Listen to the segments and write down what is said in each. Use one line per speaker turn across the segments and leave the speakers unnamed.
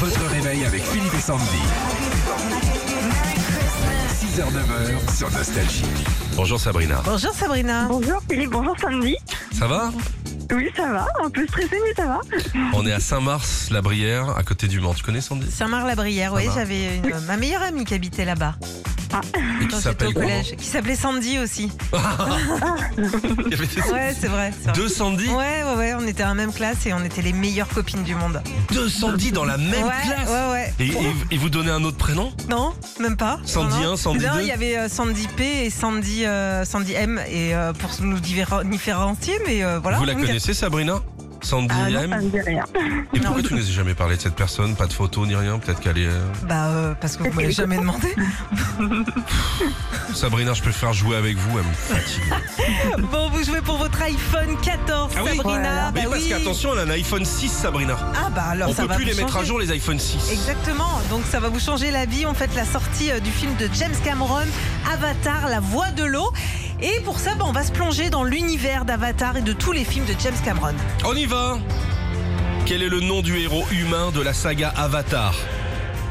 Votre réveil avec Philippe et Sandy. 6h-9h sur Nostalgie. Bonjour Sabrina.
Bonjour Sabrina.
Bonjour Philippe, bonjour Sandy.
Ça va
Oui, ça va, un peu stressé, mais ça va.
On est à Saint-Mars-la-Brière, à côté du Mans. Tu connais Sandy
Saint-Marc-la-Brière, oui,
Saint-Marc.
j'avais une- ma meilleure amie qui habitait là-bas.
Et
Quand
qui
j'étais au
s'appelle comment
collège. Qui s'appelait Sandy aussi.
Il y avait des-
Ouais, c'est vrai. c'est vrai.
Deux Sandy
Ouais, ouais, ouais, on était en même classe et on était les meilleures copines du monde.
Deux Sandy dans la même
ouais,
classe
ouais, ouais.
Et, et- et vous donnez un autre prénom
Non, même pas.
Sandy
Non, non.
un, Sandy
Non,
deux.
il y avait euh, Sandy P et Sandy, euh, Sandy M et euh, pour nous différen- différencier, mais euh, voilà.
Vous la
on y a-
connaissez Sabrina Sandy
Ah non, ça
M
me dit rien.
Et pourquoi tu nous as jamais parlé de cette personne Pas de photo ni rien Peut-être qu'elle est... euh,
Bah, euh, parce que vous m'avez jamais demandé.
Sabrina, je peux faire jouer avec vous, elle me fatigue.
bon, vous jouez pour votre iPhone 14,
Ah oui
Sabrina.
Mais
bah
parce
oui.
qu'attention, elle a un iPhone 6, Sabrina.
Ah bah alors
On
ça
peut
va
plus
vous
les mettre à
changer.
jour, les iPhone 6.
Exactement, donc ça va vous changer la vie. On fait la sortie euh, du film de James Cameron, Avatar, La Voix de l'eau. Et pour ça, bah, on va se plonger dans l'univers d'Avatar et de tous les films de James Cameron.
On y va Quel est le nom du héros humain de la saga Avatar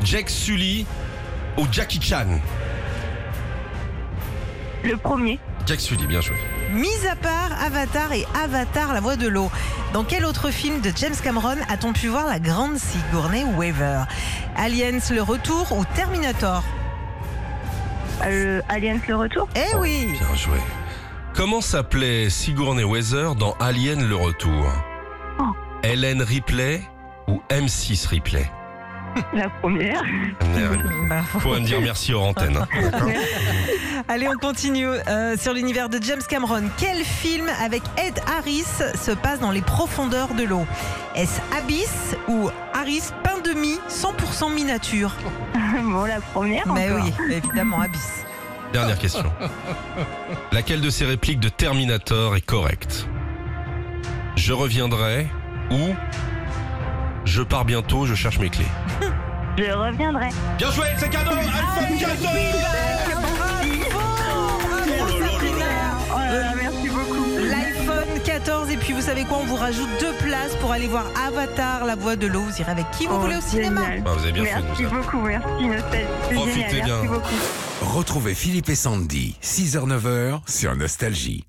Jack Sully ou Jackie Chan
Le premier,
Jack Sully, bien joué.
Mis à part Avatar et Avatar, La Voix de l'eau, dans quel autre film de James Cameron a-t-on pu voir la grande Sigourney Weaver Aliens, Le Retour ou Terminator
euh, le Aliens le retour.
Eh oui
Bien joué. Comment s'appelait Sigourney Weaver dans Alien le Retour
Oh.
Hélène Ripley ou M6 Ripley
La première.
Bah,
Faut me dire merci aux antennes. hein.
Allez, on continue euh, sur l'univers de James Cameron. Quel film avec Ed Harris se passe dans les profondeurs de l'eau Est-ce Abyss ou Harris pain de mie 100% miniature
Bon, la première.
Mais
encore.
oui, évidemment, Abyss.
Dernière question. Laquelle de ces répliques de Terminator est correcte Je reviendrai ou Je pars bientôt, je cherche mes clés.
Je reviendrai.
Bien joué, c'est cadeau iPhone 14
Oh là là, merci beaucoup.
L'iPhone 14 et puis vous savez quoi on vous rajoute deux places pour aller voir Avatar la voix de l'eau vous irez avec qui vous
Oh,
voulez au cinéma
génial.
Ah, Vous avez bien fait de nous
Merci
appeler.
beaucoup, merci Nostalgie. C'est
Profitez
génial, merci
bien.
beaucoup.
Retrouvez Philippe et Sandy, 6h-9h sur Nostalgie.